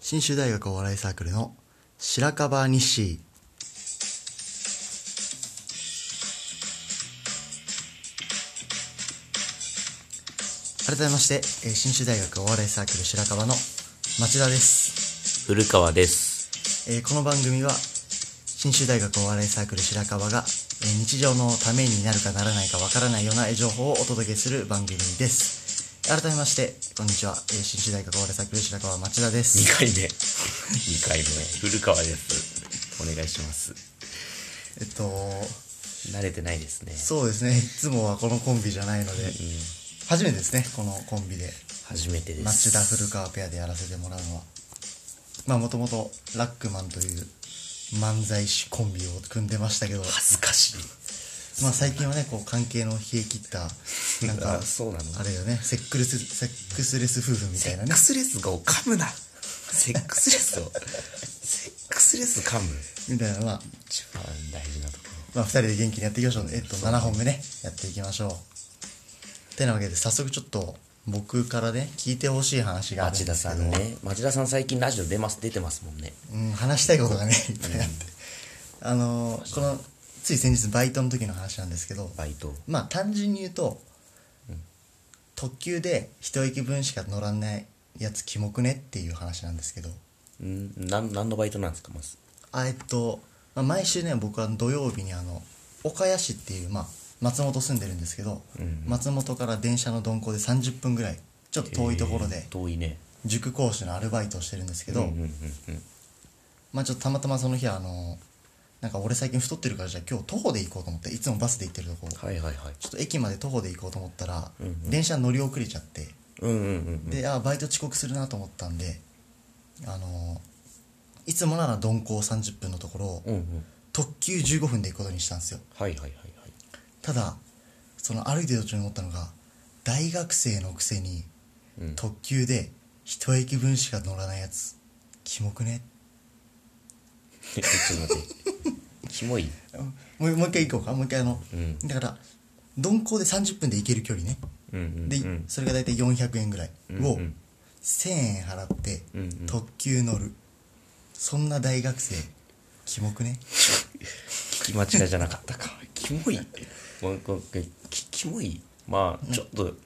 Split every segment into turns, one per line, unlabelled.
信州大学お笑いサークルの白樺西改めまして、えー、信州大学お笑いサークル白樺の町田です、
古川です。
えーこの番組は信州大学お笑いサークル白樺が、えー日常のためになるかならないかわからないような情報をお届けする番組です改めましてこんにちは、えー、信州大学お笑いサークル白樺町田です
2回目。2回目。古川です。お願いします。
えっと
慣れてないですね。
そうですねいつもはこのコンビじゃないので、初めてですねこのコンビで
初めてです。
町田古川ペアでやらせてもらうのはまあもともとラックマンという漫才師コンビを組んでましたけど、まあ、
恥ずかしい。
最近はねこう関係の冷え切ったなんか
あそうなの
あれよねセックレスセックスレス夫婦みた
セ
いな
ッ
ね
クスレスを噛むな。セックスレスを。セックスレス噛む。
みたいなのは、
一番大事なとこ
まあ、2人で元気にやっていきましょうねえっと7本目ねやっていきましょうてなわけで早速ちょっと僕からね聞いてほしい話
ろ。
があるん
町
で
田
すけ
さ
ど
んね。町田さん最近ラジオ出ます、出てますもんね。
うん、話したいことがねいっぱいあって、あのーこのつい先日バイトの時の話なんですけど
バイト。
まあ単純に言うと、特急で一駅分しか乗らないやつキモくねっていう話なんですけど
んなん、何のバイトなんですか、まず。
あえっと、まあ、毎週ね僕は土曜日にあの岡谷市っていう、まあ、松本住んでるんですけど、
うん
松本から電車の鈍行で30分ぐらいちょっと遠いところ
え
で
ー遠いね。
塾講師のアルバイトをしてるんですけど、
うんうんうんうん。
まあちょっとたまたまその日はあのなんか俺最近太ってるからじゃあ今日徒歩で行こうと思っていつもバスで行ってるとこ
はいはいはい。
ちょっと駅まで徒歩で行こうと思ったら、
うんうん
電車乗り遅れちゃって
うんうんうん
であーバイト遅刻するなと思ったんであのーいつもなら鈍行30分のところを
うん。うんうん。
特急15分で行くことにしたんですよ
はいはいはいはい。
ただその歩いてる途中に思ったのが大学生のくせに
うん
特急で一駅分しか乗らないやつキモくね
えちょっと待って。 キモい。
もうもう一回行こうかもう一回あの、
うん
だから鈍行で30分で行ける距離ね、
うんうんうん
でそれが大体400円ぐらいを
うんうん
1000円払って
うんうん
特急乗るそんな大学生キモくね
聞き間違いじゃなかったか。キモい。ごめんごめんきキモい。まあ、ちょっと、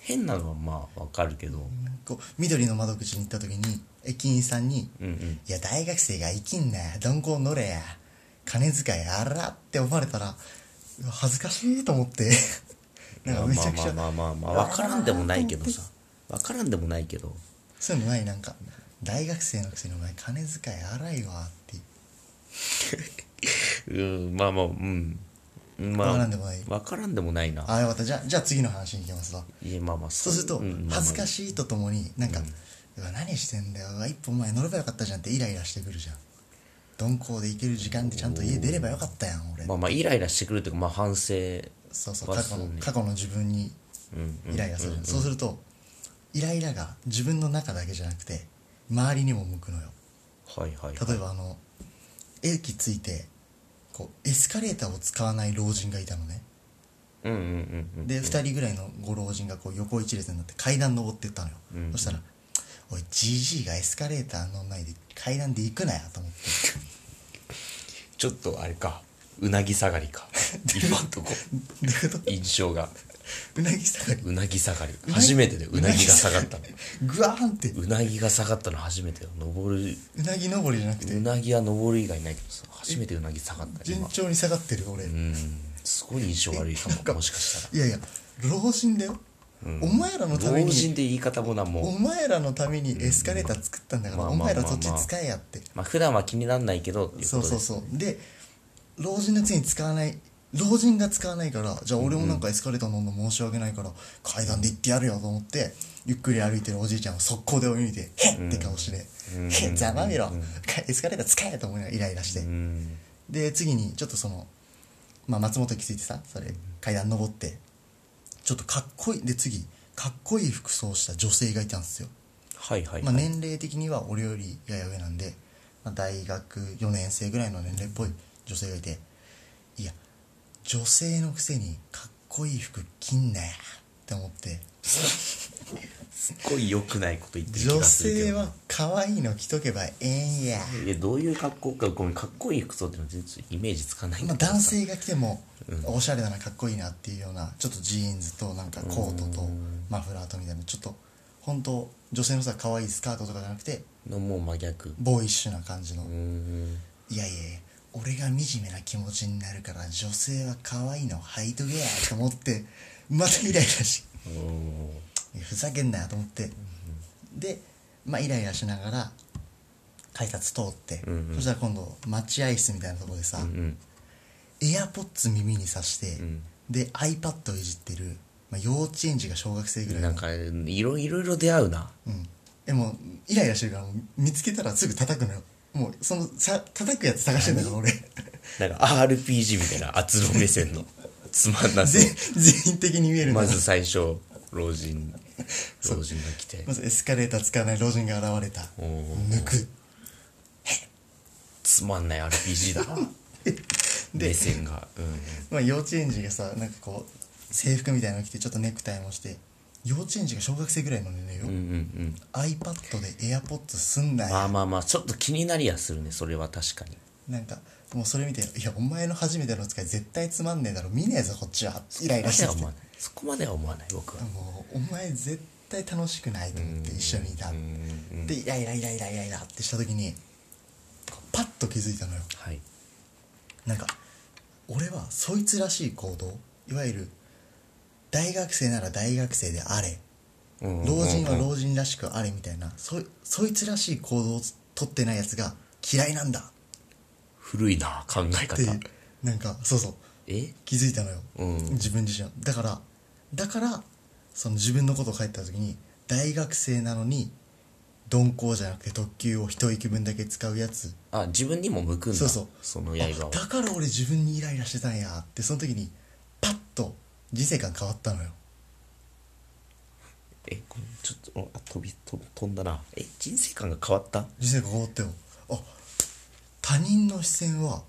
変なのはまあ、わかるけど。
こう緑の窓口に行った時に駅員さんに
うんうん。
「いや大学生が生きんなよ鈍行乗れや金遣いあら」って思われたらうわ恥ずかしいと思ってなん
ま
か
あ
め
ま
ち
あ
ゃくちゃ
まあまあまあ、わからんでもないけどさ。わからんでもないけど。
そういうのないなんか大学生のくせにお前金遣い荒いわって
うん、まあまあ、うん。ま
わからんでもない
わからんでもないな。
ああよかったじゃあじゃあ次の話に行きますわ
いや、まあまあ、
そうすると恥ずか
い。
しいとともになんか、うわ何してんだようわ一歩前乗ればよかったじゃんってイライラしてくるじゃん鈍行で行ける時間でちゃんと家出ればよかったやん俺、
まあまあ、イライラしてくるというか、まあ反省。
そうそう
バ
過
ス
去の
に
過去の自分に
うんうん
イライラする、そうするとイライラが自分の中だけじゃなくて周りにも向くのよ
はいはい。
例えばあの駅着いてこうエスカレーターを使わない老人がいたのね
うんうんうん
で2人ぐらいのご老人がこう横一列になって階段登ってったのよ、
うん
そしたら「おいじじいがエスカレーター乗んないで階段で行くなよ」と思って
ちょっとあれかうなぎ下が りか今んとこ
どういうこ
印象が
とうなぎ下がり
うなぎ下がり
なぎ
初めてでうなぎが下がったの
ぐわーんって
うなぎが下がったの初めてよ登る
うなぎ登りじゃなくて
うなぎは登る以外ないけどさ初めてうなぎ下がった
順
今
調に下がってる俺、
うんすごい印象悪いか
なんか
ももしかしたら
いやいや老人だよ、お前らのため
老人
に
で言い方もなも
お
う
前らのためにエスカレーター作ったんだから、
まあ
お
まあまあ
前
まあ
らそっち使えやって、
まあ普段は気になんないけどっていうこ
そう
と
そう
です
そうで老人のくせに使わない老人が使わないからじゃあ俺もなんかエスカレーター乗るの申し訳ないから階段で行ってやるよと思ってゆっくり歩いてるおじいちゃんを速攻で追い抜いて「へっ!」って顔して「へっざまみろかエスカレーター使え!」と思いながらイライラして
うん
で次にちょっとその、まあ、松本駅着いてさそれ階段登ってちょっとかっこいいで次かっこいい服装した女性がいたんですよ
はいはい
ま
は
あ、
い
年齢的には俺よりやや上なんで、まあ、大学4年生ぐらいの年齢っぽい女性がいていや女性のくせにかっこいい服着んなやっって思って
すっごい良くないこと言ってる気
女
がするけ
性
ど
は可愛いの着とけばええんや、
いやどういう格好かごめんかっこいい服装っていうのは全然イメージつかないん
ま
だ
あ、
けどさ
男性が着てもおしゃれだなかっこいいなっていうようなちょっとジーンズとなんかコートとマフラーとみたいなちょっと本当女性のさ可愛いスカートとかじゃなくて
のもう真逆
ボーイッシュな感じの、
うーん
いやいやいや俺が惨めな気持ちになるから女性は可愛いの履いとけやと思って またイライラし
おー
ふざけんなよと思って、でまあイライラしながら改札通って、
うんうん
そしたら今度待合室みたいなところでさ、
うん
エアポッツ耳にさして、
うん
で iPad をいじってる、まあ、幼稚園児が小学生ぐら
うん
い
な
の
んかいろいろいろ出会うな
うんえもうイライラしてるからもう見つけたらすぐ叩くのよもうそのさ叩くやつ探してんだから俺
なんか RPG みたいな厚路目線 のつまんな
全
そ
全員的に見える
うん
だ
ま
な
ず最初老 人老人が来て
まずエスカレーター使わない老人が現れた
おー
抜く
つまんない RPG だな目線がう
まあ、幼稚園児がさなんかこう制服みたいなの着てちょっとネクタイもして幼稚園児が小学生ぐらいの年齢よ、
んうんうんうん
iPad で AirPods すんなよ、
まあまあまあちょっと気になりやするねそれは確かに
なんかもうそれ見て「いやお前の初めての使い絶対つまんねえだろ見ねえぞこっちは」イライラしてきて
そこまでは思わないそこまでは思わない僕は
もうお前絶対楽しくないと思って一緒にいた
うん
でイライライライライライラってした時にこうパッと気づいたのよ
はい
なんか俺はそいつらしい行動いわゆる大学生なら大学生であれ老人は老人らしくあれみたいなそそいつらしい行動をとってないやつが嫌いなんだ
古いな考え
って
方
なんかそうそう
え
気づいたのよ、
うん
自分自身はだからだからその自分のことを書いてた時に大学生なのに鈍行じゃなくて特急を一息分だけ使うやつ
あ自分にも向くんだ
そうそう
その刃
あ
は
だから俺自分にイライラしてたんやってその時にパッと人生観変わったのよ
えごめんちょっとあ飛び飛飛んだなえ人生観が変わった
人生観変わったよあ他人の視線は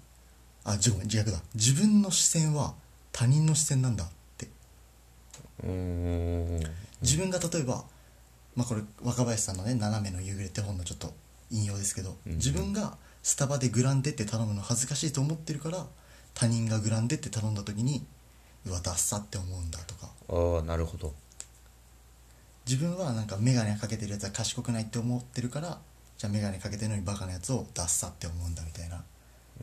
あじゃごめん逆だ自分の視線は他人の視線なんだって
うーん
自分が例えば、まあ、これ若林さんのね「斜めの夕暮れ」って本のちょっと引用ですけど、
うん
自分がスタバでグランデって頼むの恥ずかしいと思ってるから他人がグランデって頼んだ時にうわダッサって思うんだとか
ああなるほど
自分はなんか眼鏡かけてるやつは賢くないって思ってるからじゃあ眼鏡かけてるのにバカなやつをダッサって思うんだみたいな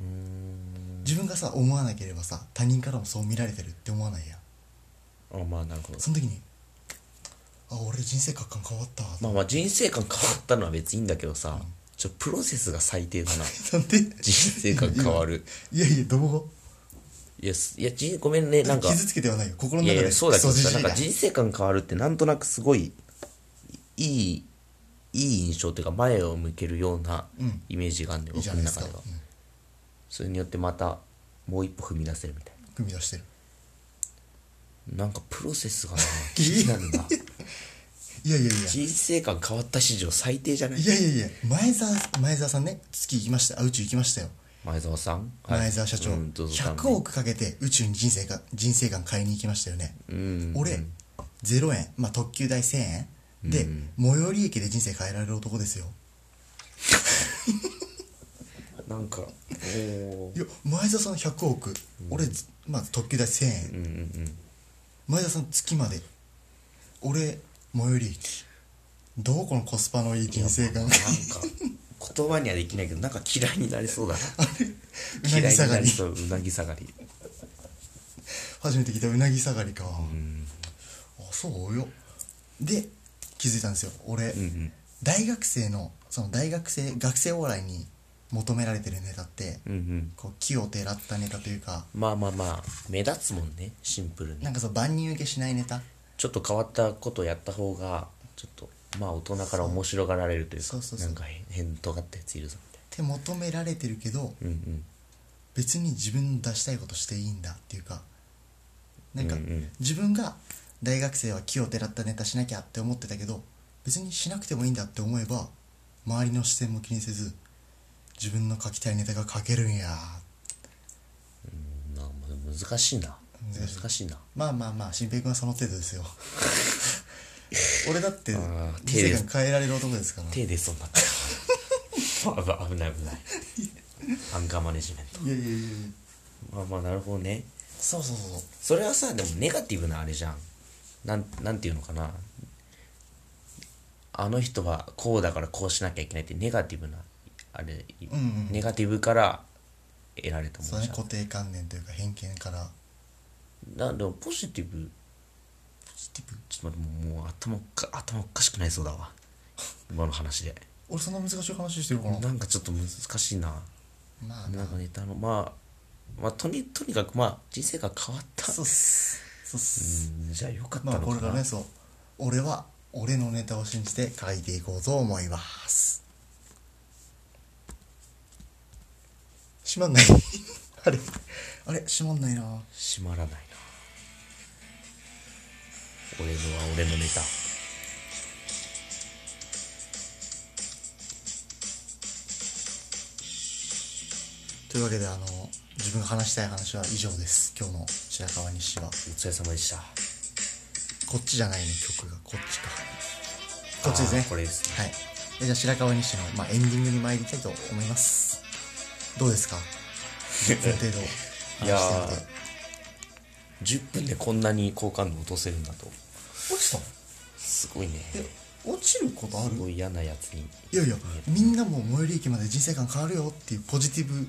うーん
自分がさ思わなければさ他人からもそう見られてるって思わないやん
あまあなるほど
その時にあ俺人生観変わったわ、
まあまあ人生観変わったのは別にいいんだけどさちょプロセスが最低だな
なんで
人生観変わる
いやいやどうも
いやすいやじごめんねなんか
傷つけてはないよ心
い
の
や
中
い
で
やそうだけど
クソ
さ
じ
な
じ
ん
い
か人生観変わるってなんとなくすごいいいいい印象というか前を向けるような
うん
イメージがあるんだよ、
いいじゃ
僕
な
の
いです
中
か、う
で
ん
は、それによってまたもう一歩踏み出せるみたい
踏み出してる
ななんかプロセス がな気になるない
やいやいや
人生観変わった史上最低じゃない
いやいやいや前澤前澤さんね月行きましたあ宇宙行きましたよ、
前澤さん、
前澤社長、
うんどうぞ
100億かけて宇宙に人生か人生観買いに行きましたよね、
ん
俺0円、まあ、特急代1000円で、最寄り駅で人生変えられる男ですよ
なんかおー
いや前澤さん100億、俺、まあ、特急代1000円、
うんうん
前田さん月まで俺最寄り駅どうこのコスパのいい人生
うん
観
なんか言葉にはできないけどなんか嫌いになりそうだ な
うなぎ
嫌い
下
に
が
な
り
りそううなぎ下がり
初めて聞いたうなぎ下がりか、
うん
あそうよで気づいたんですよ俺、
うんうん
大学生のその大学生学生往来に求められてるネタって、
うんうん
こう木をてらったネタというか
まあまあまあ目立つもんねシンプルに
なんかそう万人受けしないネタ
ちょっと変わったことやった方がちょっとまあ大人から面白がられるというか
そうそうそう
なんか変変尖ったやついるぞみ
って求められてるけど、
たいなうんうん
別に自分の出したいことしていいんだっていうかなんか
うんうん
自分が大学生は木をてらったネタしなきゃって思ってたけど別にしなくてもいいんだって思えば周りの視線も気にせず自分の書きたいネタが書けるんや
なんか難しいな
難しい
難しいな
まあまあまあ新平君はその程度です よ俺だって
あー
人生観変えられる男ですから
手出そうになったよ 危ない危ないアンカーマネジメント
いやいやいやいや
まあまあなるほどね
そうそうそうそう
それはさでもネガティブなあれじゃんなんなんていうのかなあの人はこうだからこうしなきゃいけないってネガティブなあれ、
うんうん
ネガティブから得られたも
そうね
のじゃん
固定観念というか偏見から
なでもポジティブ
ポジティブ
ちょっと待ってもうもう頭おか頭おかしくなりそうだ わ今の話で
俺そんな難しい話してるかな
なんかちょっと難しいな
まあま
な
あ
んかネタのまあまあとにとにかくまあ人生が変わった
そうっすそうっす
うんじゃあよかった
ま
の
あ
かな、
これがねそう俺は俺のネタを信じて書いていこうと思います閉まんない あれあれ閉まんないな
閉まらないな俺のは俺のネタ
というわけであの自分が話したい話は以上です今日の白川日誌は
お疲れ様でした
こっちじゃないね曲がこっちかこっちですね
あーこれです
はいえじゃあ白川西の、まあ、エンディングに参りたいと思いますどう ですか10分程度
いや
話してみて
ー10分でこんなに好感度落とせるんだと
落ちたの
すごいね
え落ちることあ
す
る
ごい嫌なやつに
いやいやみんなも最寄り駅まで人生観変わるよっていうポジティブ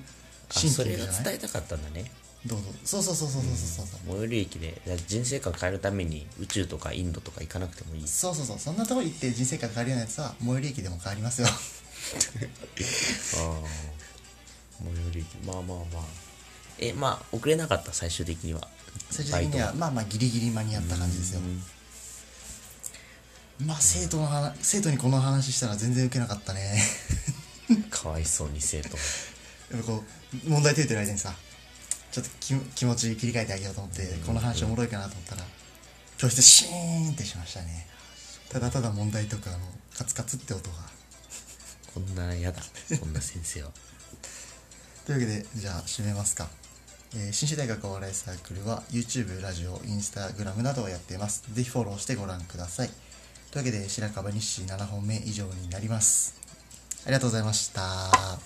あ
神
それ
経
が
じゃない
伝えたかったんだね
どうぞそうそうそうそうそうそうそう
最寄り駅でじゃあ人生観変えるために宇宙とかインドとか行かなくてもいい
そうそうそうそんなところ行って人生観変わるようなやつは最寄り駅でも変わりますよ
ああ最寄り駅まあまあまあえまあ遅れなかった最終的には
最終的にはまあまあギリギリ間に合った感じですよまあ生徒の話生徒にこの話したら全然ウケなかったね
バイトかわいそうに生徒
やっぱこう問題解いてる間にさちょっと気気持ち切り替えてあげようと思ってこの話おもろいかなと思ったら教室シーンってしましたねただただ問題とかあのカツカツって音が
こんなやだこんな先生は
というわけでじゃあ締めますか、えー、新種大学お笑いサークルは YouTube ラジオインスタグラムなどをやっていますぜひフォローしてご覧くださいというわけで白樺日誌7本目以上になりますありがとうございました